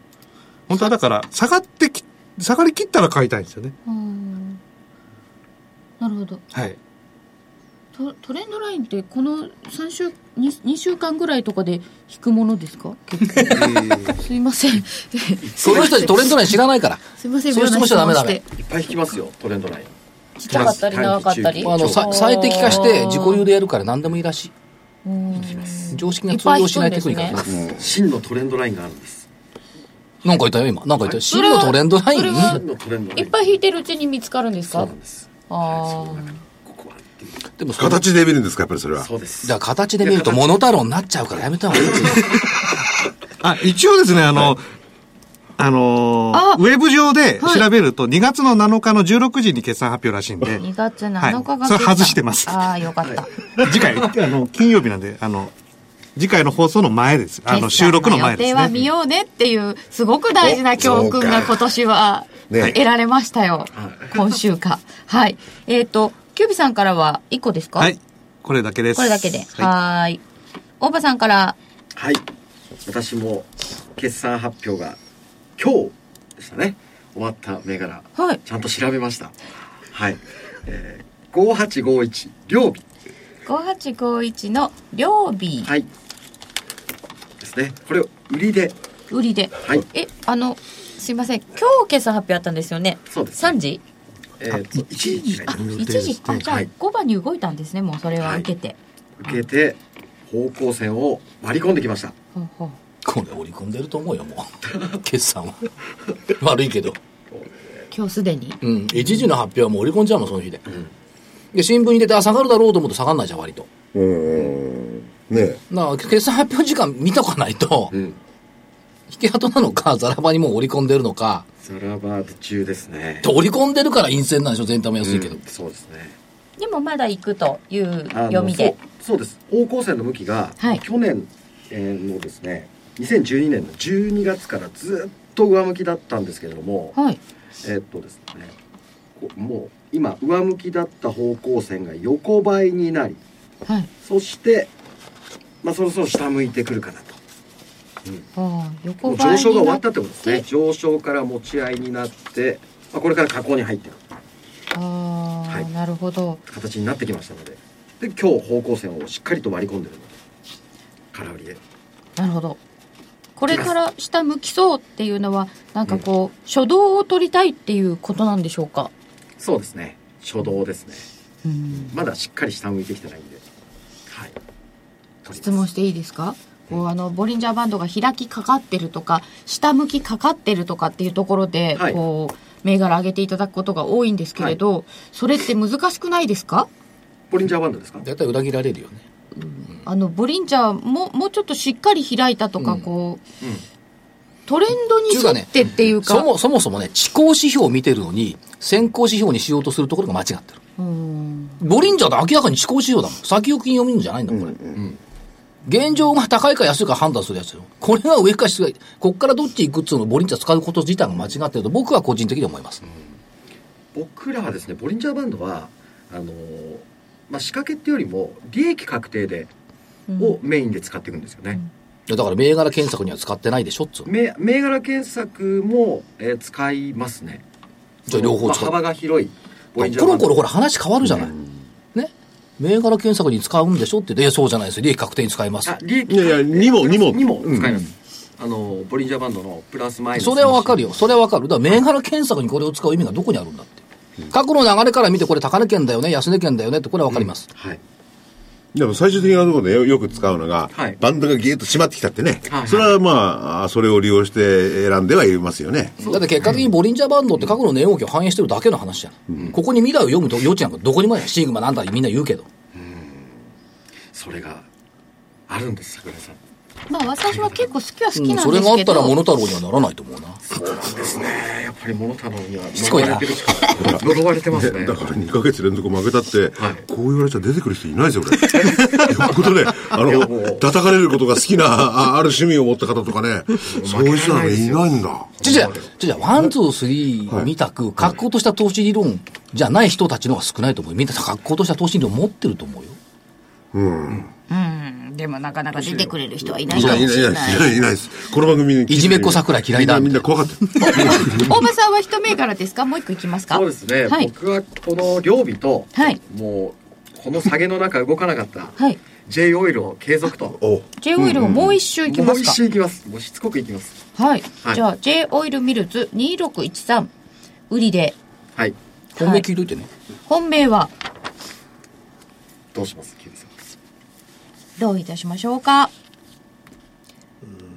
本当はだから、下がってき、下がりきったら買いたいんですよね。うんなるほどはい。トトレンドラインってこの3週 2, 2週間ぐらいとかで引くものですか結構 すいませ んその人たちトレンドライン知らないから。すいませんそういう質問しちゃダメダメ妙な質問していっぱい引きますよトレンドラインちっちゃかったり長かったりえまああの、さ最適化して自己流でやるから何でもいいらしい。常識が通用しないテクニックいっぱだいと真のトレンドラインがあるんですなんか言ったよ、今。なんか言ったよ。そ真れはのトレンドライそれはン真のトレンドラいインっぱい引いてるうちに見つかるんですそうかなんですあそうーなんですここはっていうでもそれ、形で見るんですか、やっぱりそれは。そうですじゃあ形で見るとモノタロウになっちゃうからやめた方がいい。あ、一応ですね、あの、あのーあウェブ上で調べると、2月の7日の16時に決算発表らしいんで、 2月7日が、はいそれ外してますああよかった、次回、あの、金曜日なんで、あの、次回の放送の前です。あの、決算収録の前です予定は見ね。ようねっていうすごく大事な教訓が今年はそうかね得られましたよ、今週かはいえっ、とキュービさんからは1個ですか、はい。これだけです。これだけでははーい大場さんからはい私も決算発表が今日でしたね終わった銘柄はいちゃんと調べましたはい、えー、5851両日5851の両日はいですねこれを売りで売りで、はいえあのすいません今日決算発表あったんですよねそうです3時えーと、一時あ1定です時あじゃあはい5番に動いたんですねもうそれは受けて、受けて方向線を割り込んできましたほうほうこれ織り込んでると思うよ、もう。決算は。悪いけど。今日すでにうん。一時の発表はもう織り込んじゃうもん、その日で。で、新聞に出て、あ、下がるだろうと思うと下がんないじゃん、割と。うん。ねなあ決算発表時間見とかないと、うん引き跡なのか、ざらばにもう織り込んでるのか、ザラバ途中ですねで織り込んでるから陰線なんでしょ、全体も安いけど。うんそうですねでもまだ行くというあの読みでそうそうです方向線の向きが、はい去年えーのですね2012年の12月からずっと上向きだったんですけれども、はいえーっとですねこもう今上向きだった方向線が横ばいになりはいそして、まあ、そろそろ下向いてくるかなとああも横うばい上昇がに終なわっったってことですね上昇から持ち合いになって、まあ、これから下降に入っていくああ、はいなるほど形になってきましたのでで今日方向線をしっかりと割り込んでるので空売りでなるほどこれから下向きそうっていうのはなんかこう初動を取りたいっていうことなんでしょうかそうですね初動ですねうんまだしっかり下向いてきてないんではい質問していいですかこうあのボリンジャーバンドが開きかかってるとか下向きかかってるとかっていうところで、はいこう銘柄上げていただくことが多いんですけれど、それって難しくないですかボリンジャーバンドですかだいたい裏切られるよね。あのボリンジャーももうちょっとしっかり開いたとか、こう、トレンドに沿ってっていうかそもそもそもね、遅行指標を見てるのに、先行指標にしようとするところが間違ってる。ボリンジャーって明らかに遅行指標だもん。先行きに読むんじゃないんだもん、これ。現状が高いか安いか判断するやつよ。これが上か下か、こっからどっち行くっつうのをボリンジャー使うこと自体が間違ってると僕は個人的に思います。僕らはですねボリンジャーバンドはあのーまあ、仕掛けっていうよりも利益確定でをメインで使っていくんですよね、いやだから銘柄検索には使ってないでしょっつうの。め銘柄検索も、えー使いますねじゃあ両方使まあう。幅が広いボリンジャコーバロンドコロほら話変わるじゃない。ね。銘柄検索に使うんでしょって言って、いや、そうじゃないですよ。利益確定に使いますあ。利益いやいやにもにもにも使います、あのボリンジャーバンドのプラスマイナスそれはわかるよ。それはわかる。だから銘柄検索にこれを使う意味がどこにあるんだって。過去の流れから見て、これ高値圏だよね、安値圏だよねって、これはわかります。はいでも最終的なところでよよく使うのが、はいバンドがギューッと締まってきたってね、はいそれはまああそれを利用して選んではいますよねだって結果的にボリンジャーバンドって過去の値動きを反映してるだけの話じゃん。ここに未来を読むと余地なんかどこにもない。シグマなんだりみんな言うけど。それがあるんです桜井さんまあ私は結構好きは好うきんなそんですけど、れがあったら、モノタロウにはならないと思うな。やっぱり物太郎にはしつこい呪なわれてるから呪われてますねだから2ヶ月連続負けたって、はいこう言われたら出てくる人いないですよ、俺。ということで、あいやもの、う叩かれることが好きな、あある趣味を持った方とかね、そういう人はね、いないんだ。じゃじゃ、じゃじゃ、ワン、ツー、スリー見たく、格好とした投資理論じゃない人たちの方が少ないと思うよ。みんな格好とした投資理論持ってると思うよ。うん、でもなかなか出てくれる人はいないいかなもいいないしいれないないい。ないいないです。この番組に聞てる。いじめっ子桜井嫌いだみんなみんな怖がってる。大場さんは一銘柄ですかもう一個いきますかそうですね、はい。僕はこの両日と、はいもうこの下げの中動かなかったはい。 J オイルを継続とも J オイルをもう一周いきまうす一か、周いきますもうしつこくいきますはい、はいじゃあ J オイルミルズ2613売りではい本命聞いといてね。本命はどうしますキュウリさんどういたしましょうか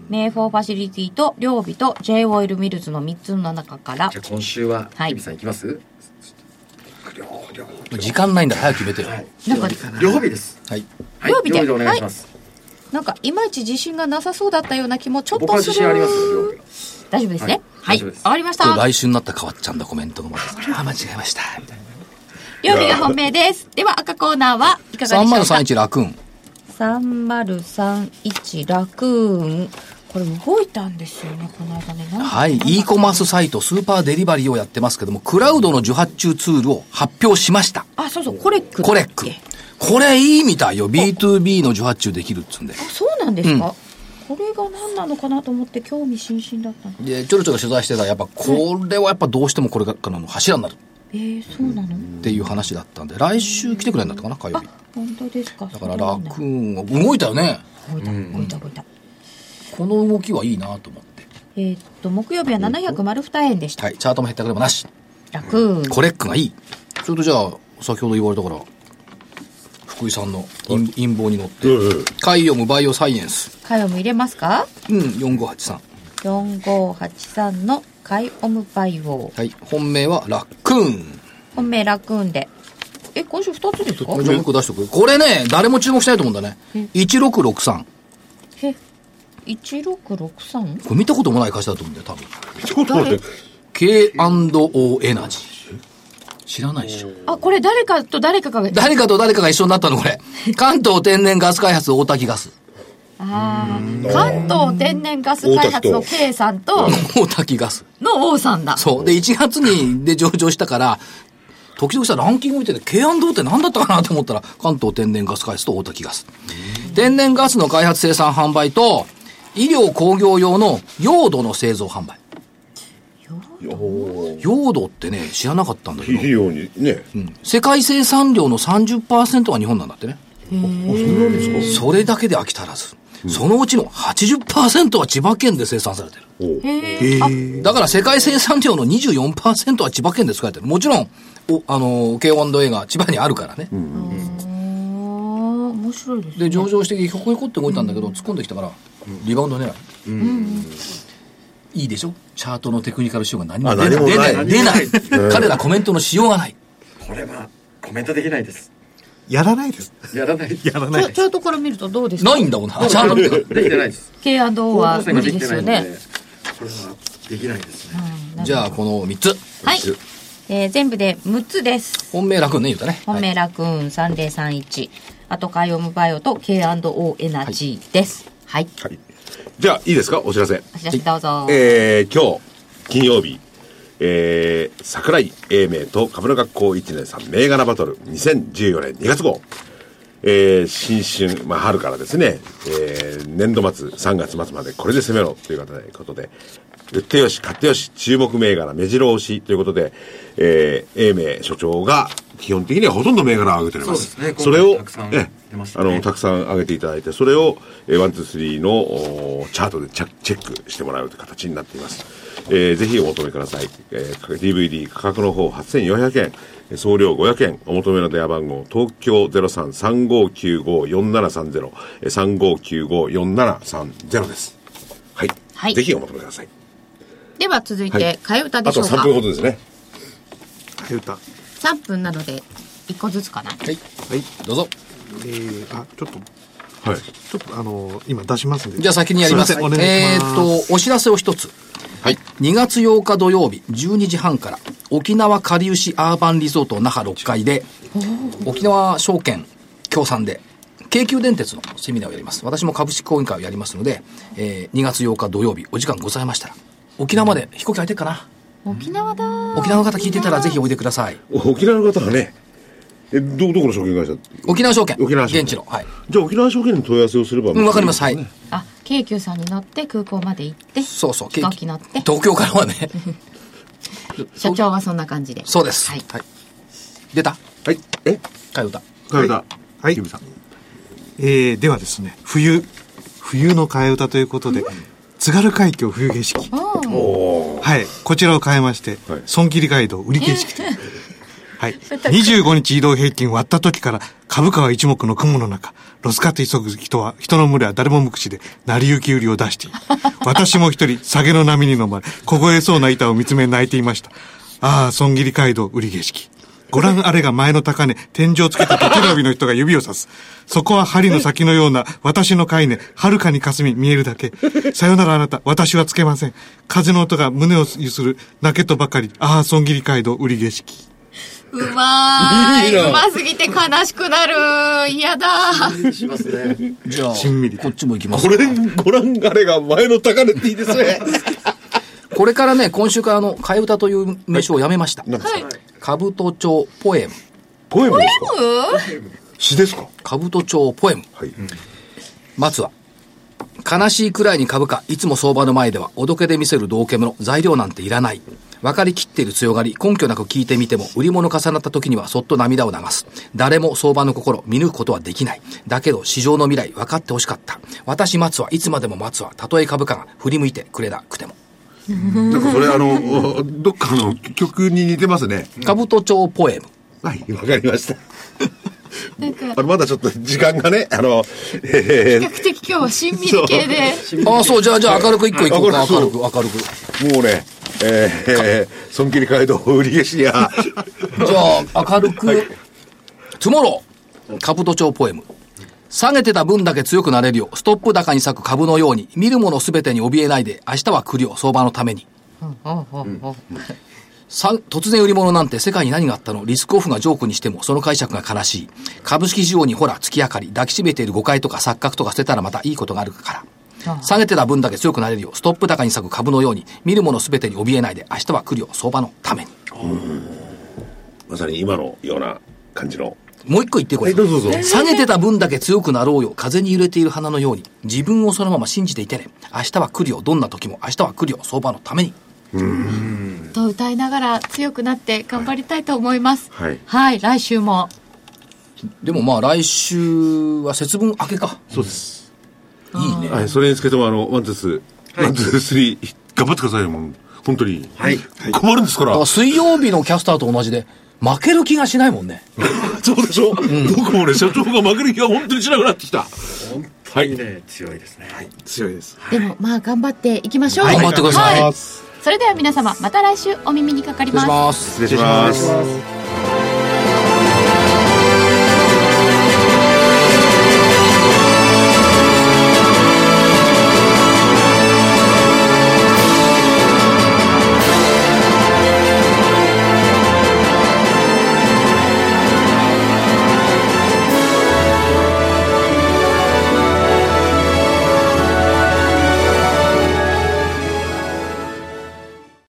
名フォーファシリティと両備と J オイルミルズの3つの中からじゃあ今週はキはいュウリさんいきます時間ないんだ、早く決めてよ。なんか両日ですはい。はい両日で両日でお願いします、なんかいまいち自信がなさそうだったような気もちょっ僕はとす自る信ありますよ両日大丈夫ですねははいいわ、大丈夫ですかりましちょったと来週になったら変わっちゃうんだ、コメントがまた。あ、間違えました。みたいな。両備が本命ですでは赤コーナーはいかがでしょうか3031楽運。 3031楽運これ動いたんですよねこの間ねなんかはい。e コマースサイト、スーパーデリバリーをやってますけども、クラウドの受発注ツールを発表しました。あそうそうコレックだコっけレック。これいいみたいよ。B2B の受発注できるっつうんであ。そうなんですか、これが何なのかなと思って興味津々だったので、ちょろちょろ取材してたら、やっぱこれはやっぱどうしてもこれからの柱になる。えー、そうなの、っていう話だったんで、来週来てくれるんだったかな、火曜あ日。本当ですかだからそうなラんクーンが動いたよね。動いた動いた動いたこの動きはいいなと思って。えーっと木曜日は700丸2円でした、はい、チャートも減ったくれもなし。ラクーンコレックがいい。それとじゃあ、先ほど言われたから、福井さんの陰陰謀に乗って、うんうん海洋ムバイオサイエンス。カイオム入れますかうん、4583。 4583のカイオムバイオはい、本命はラクーン。本命ラクーンでえ今週2つですかこれじゃあもう一個出しとく。これね、誰も注目しないと思うんだね。1663。え1663これ見たこともない会社だと思うんだよ、多分。ちょっと待って。 K&O エナジー。知らないでしょ。あこれ誰かと誰かが誰かと誰かが一緒になったのこれ。関東天然ガス開発大滝ガス。あー関東天然ガス開発の大滝と K さんと大滝ガス。の王さんだそう。で、1月に、で、上場したから、時々さ、ランキング見てて、K&O って何だったかなと思ったら、関東天然ガス開発と大滝ガス。天然ガスの開発生産販売と、医療工業用の用土の製造販売。用土ってね、知らなかったんだけどいい、ようにね。うん世界生産量の30%が日本なんだってね。それだけで飽き足らず。そのうちの80%は千葉県で生産されてる。だから世界生産量の24%は千葉県で使われてる。もちろん、おあのー、K&A が千葉にあるからね。面白いですで、上場して、ひょこひょこって動いたんだけど、突っ込んできたから、リバウンド狙い。いいでしょチャートのテクニカル仕様が何もあ出何もなないい。出ない。出ない彼らコメントのしようがない。これはコメントできないですやらない です。やらないですやらないですチ。ャートから見るとどうですかないんだもんな。まだチャート見でてからきてないです K&O は無理ですよこね、れはできないですね。じゃあ、この3つ。はい、えー全部で6つです本命楽ね、言うたね。本はい命ラクーン3031あとカイオムバイオと K&O エナジーですはい、はい。じゃあ、いいですかお知らせ。お知らせどうぞ、えー、今日、金曜日、えー、桜井英明と株の学校1年さん銘柄バトル2014年2月号。えー、新春、まあ、春からですね、えー、年度末、3月末までこれで攻めろということで、売ってよし、買ってよし、注目銘柄、目白押しということで、えー、英明所長が基本的にはほとんど銘柄を上げております。そうですねそれを、今回たくさんえ出ましえあたねの、たくさん上げていただいて、それを、えー、ワン、ツー、スリーのおーチャートでチャチェックしてもらうという形になっています。えーぜひお求めください。えー DVD 価格の方8400円、えー送料500円、お求めの電話番号、東京03-3595-4730、えー3595-4730です。はい。はいぜひお求めください。では続いはてい替え歌あでしょとうか、 3分ほどですね。替え歌。は3分なので1個ずつかなはい。い。どうぞ。えー、あ、ちょっと、はい。ちょっとあの今出しますんでじゃあ先にやります。いせんお願えいしーっますと、お知らせを一つ。はい。 2月8日土曜日12時半から沖縄かりゆしアーバンリゾート那覇6階で沖縄証券協賛で京急電鉄のセミナーをやります私も株式講演会をやりますので、えー2月8日土曜日お時間ございましたら沖縄まで飛行機空いてるかな沖縄だー沖縄の方聞いてたらぜひおいでください沖縄の方はね、え、ど、どこの証券会社沖縄証券沖縄証券現地のはい、じゃあ沖縄証券に問い合わせをすれば。うん、わかりますはいあ京急さんに乗って空港まで行ってそうそう飛京行急機乗って東京からはね 所長はそんな感じでそうです、はいはい、出たはい。え替え歌替え歌はいキムさん。えーではですね冬冬の替え歌ということで津軽海峡冬景色はいこちらを変えましてはい損切りガイド売り景色というはい、25日移動平均割った時から株価は一目の雲の中ロスカって急ぐ人は人の群れは誰も無口で成り行き売りを出している私も一人下げの波に飲まれ凍えそうな板を見つめ泣いていましたああ損切り街道売り景色ご覧あれが前の高値、天井つけた時のびの人が指を指す。そこは針の先のような、私の概念、はるかに霞み見えるだけ。さよならあなた、私はつけません。風の音が胸を揺する、泣けとばかり、ああ、損切り街道売り景色。うまーいいないうますぎて悲しくなる嫌だーしますね。じゃあしんみりこっちも行きますこれ、ご覧あれが前の高値っていいですね。これからね、今週からあの、替え歌という名称をやめました。なんですか兜町ポエム。ポエムですか詩ですか兜町ポエム。はい。松は、悲しいくらいに株価、いつも相場の前では、おどけで見せる道煙の材料なんていらない。分かりきっている強がり、根拠なく聞いてみても、売り物重なった時にはそっと涙を流す。誰も相場の心、見抜くことはできない。だけど、市場の未来、分かってほしかった。私松はいつまでも松は、たとえ株価が振り向いてくれなくても。なんかそれあの、どっかの曲に似てますね。兜町ポエム。はい、わかりました。あのまだちょっと時間がね、あの、え比較的今日はしんみり系でああ、そう、じゃあ、じゃあ明るく一個いこうか、はい明るく、明るく。ー、もうね、えーえー、損切り街道売り消しや、じゃあ、明るく、トゥモロー、カブト町ポエム。下げてた分だけ強くなれるよう、ストップ高に咲く株のように、見るものすべてに怯えないで、明日は来るよ、相場のために。さ突然売り物なんて世界に何があったのリスクオフがジョークにしてもその解釈が悲しい。株式市場にほら月明かり抱きしめている誤解とか錯覚とか捨てたらまたいいことがあるから。下げてた分だけ強くなれるようストップ高に咲く株のように見るもの全てに怯えないで明日は来るよ相場のために。 まさに今のような感じの。もう一個言ってこはい、れ。どうぞどうぞ。 下げてた分だけ強くなろうよ。風に揺れている花のように。自分をそのまま信じていてね。明日は来るよ。どんな時も。明日は来るよ。相場のために。と歌いながら強くなって頑張りたいと思いますはい。はい来週もでもまあ来週は節分明けか。そうです。いいね。はい、それにつけても、あの、ワン、ツー、スー、ワン、ツー、スリー、頑張ってくださいよ、もう。本当に。はい。困るんですか。だからら水曜日のキャスターと同じで、負ける気がしないもんね。そうでしょ僕もね、社長が負ける気が本当にしなくなってきた。本当にね、強いですね。強いです。でもまあ頑張っていきましょう、頑張ってください。それでは皆様また来週お耳にかかり失礼ましすます。失礼します。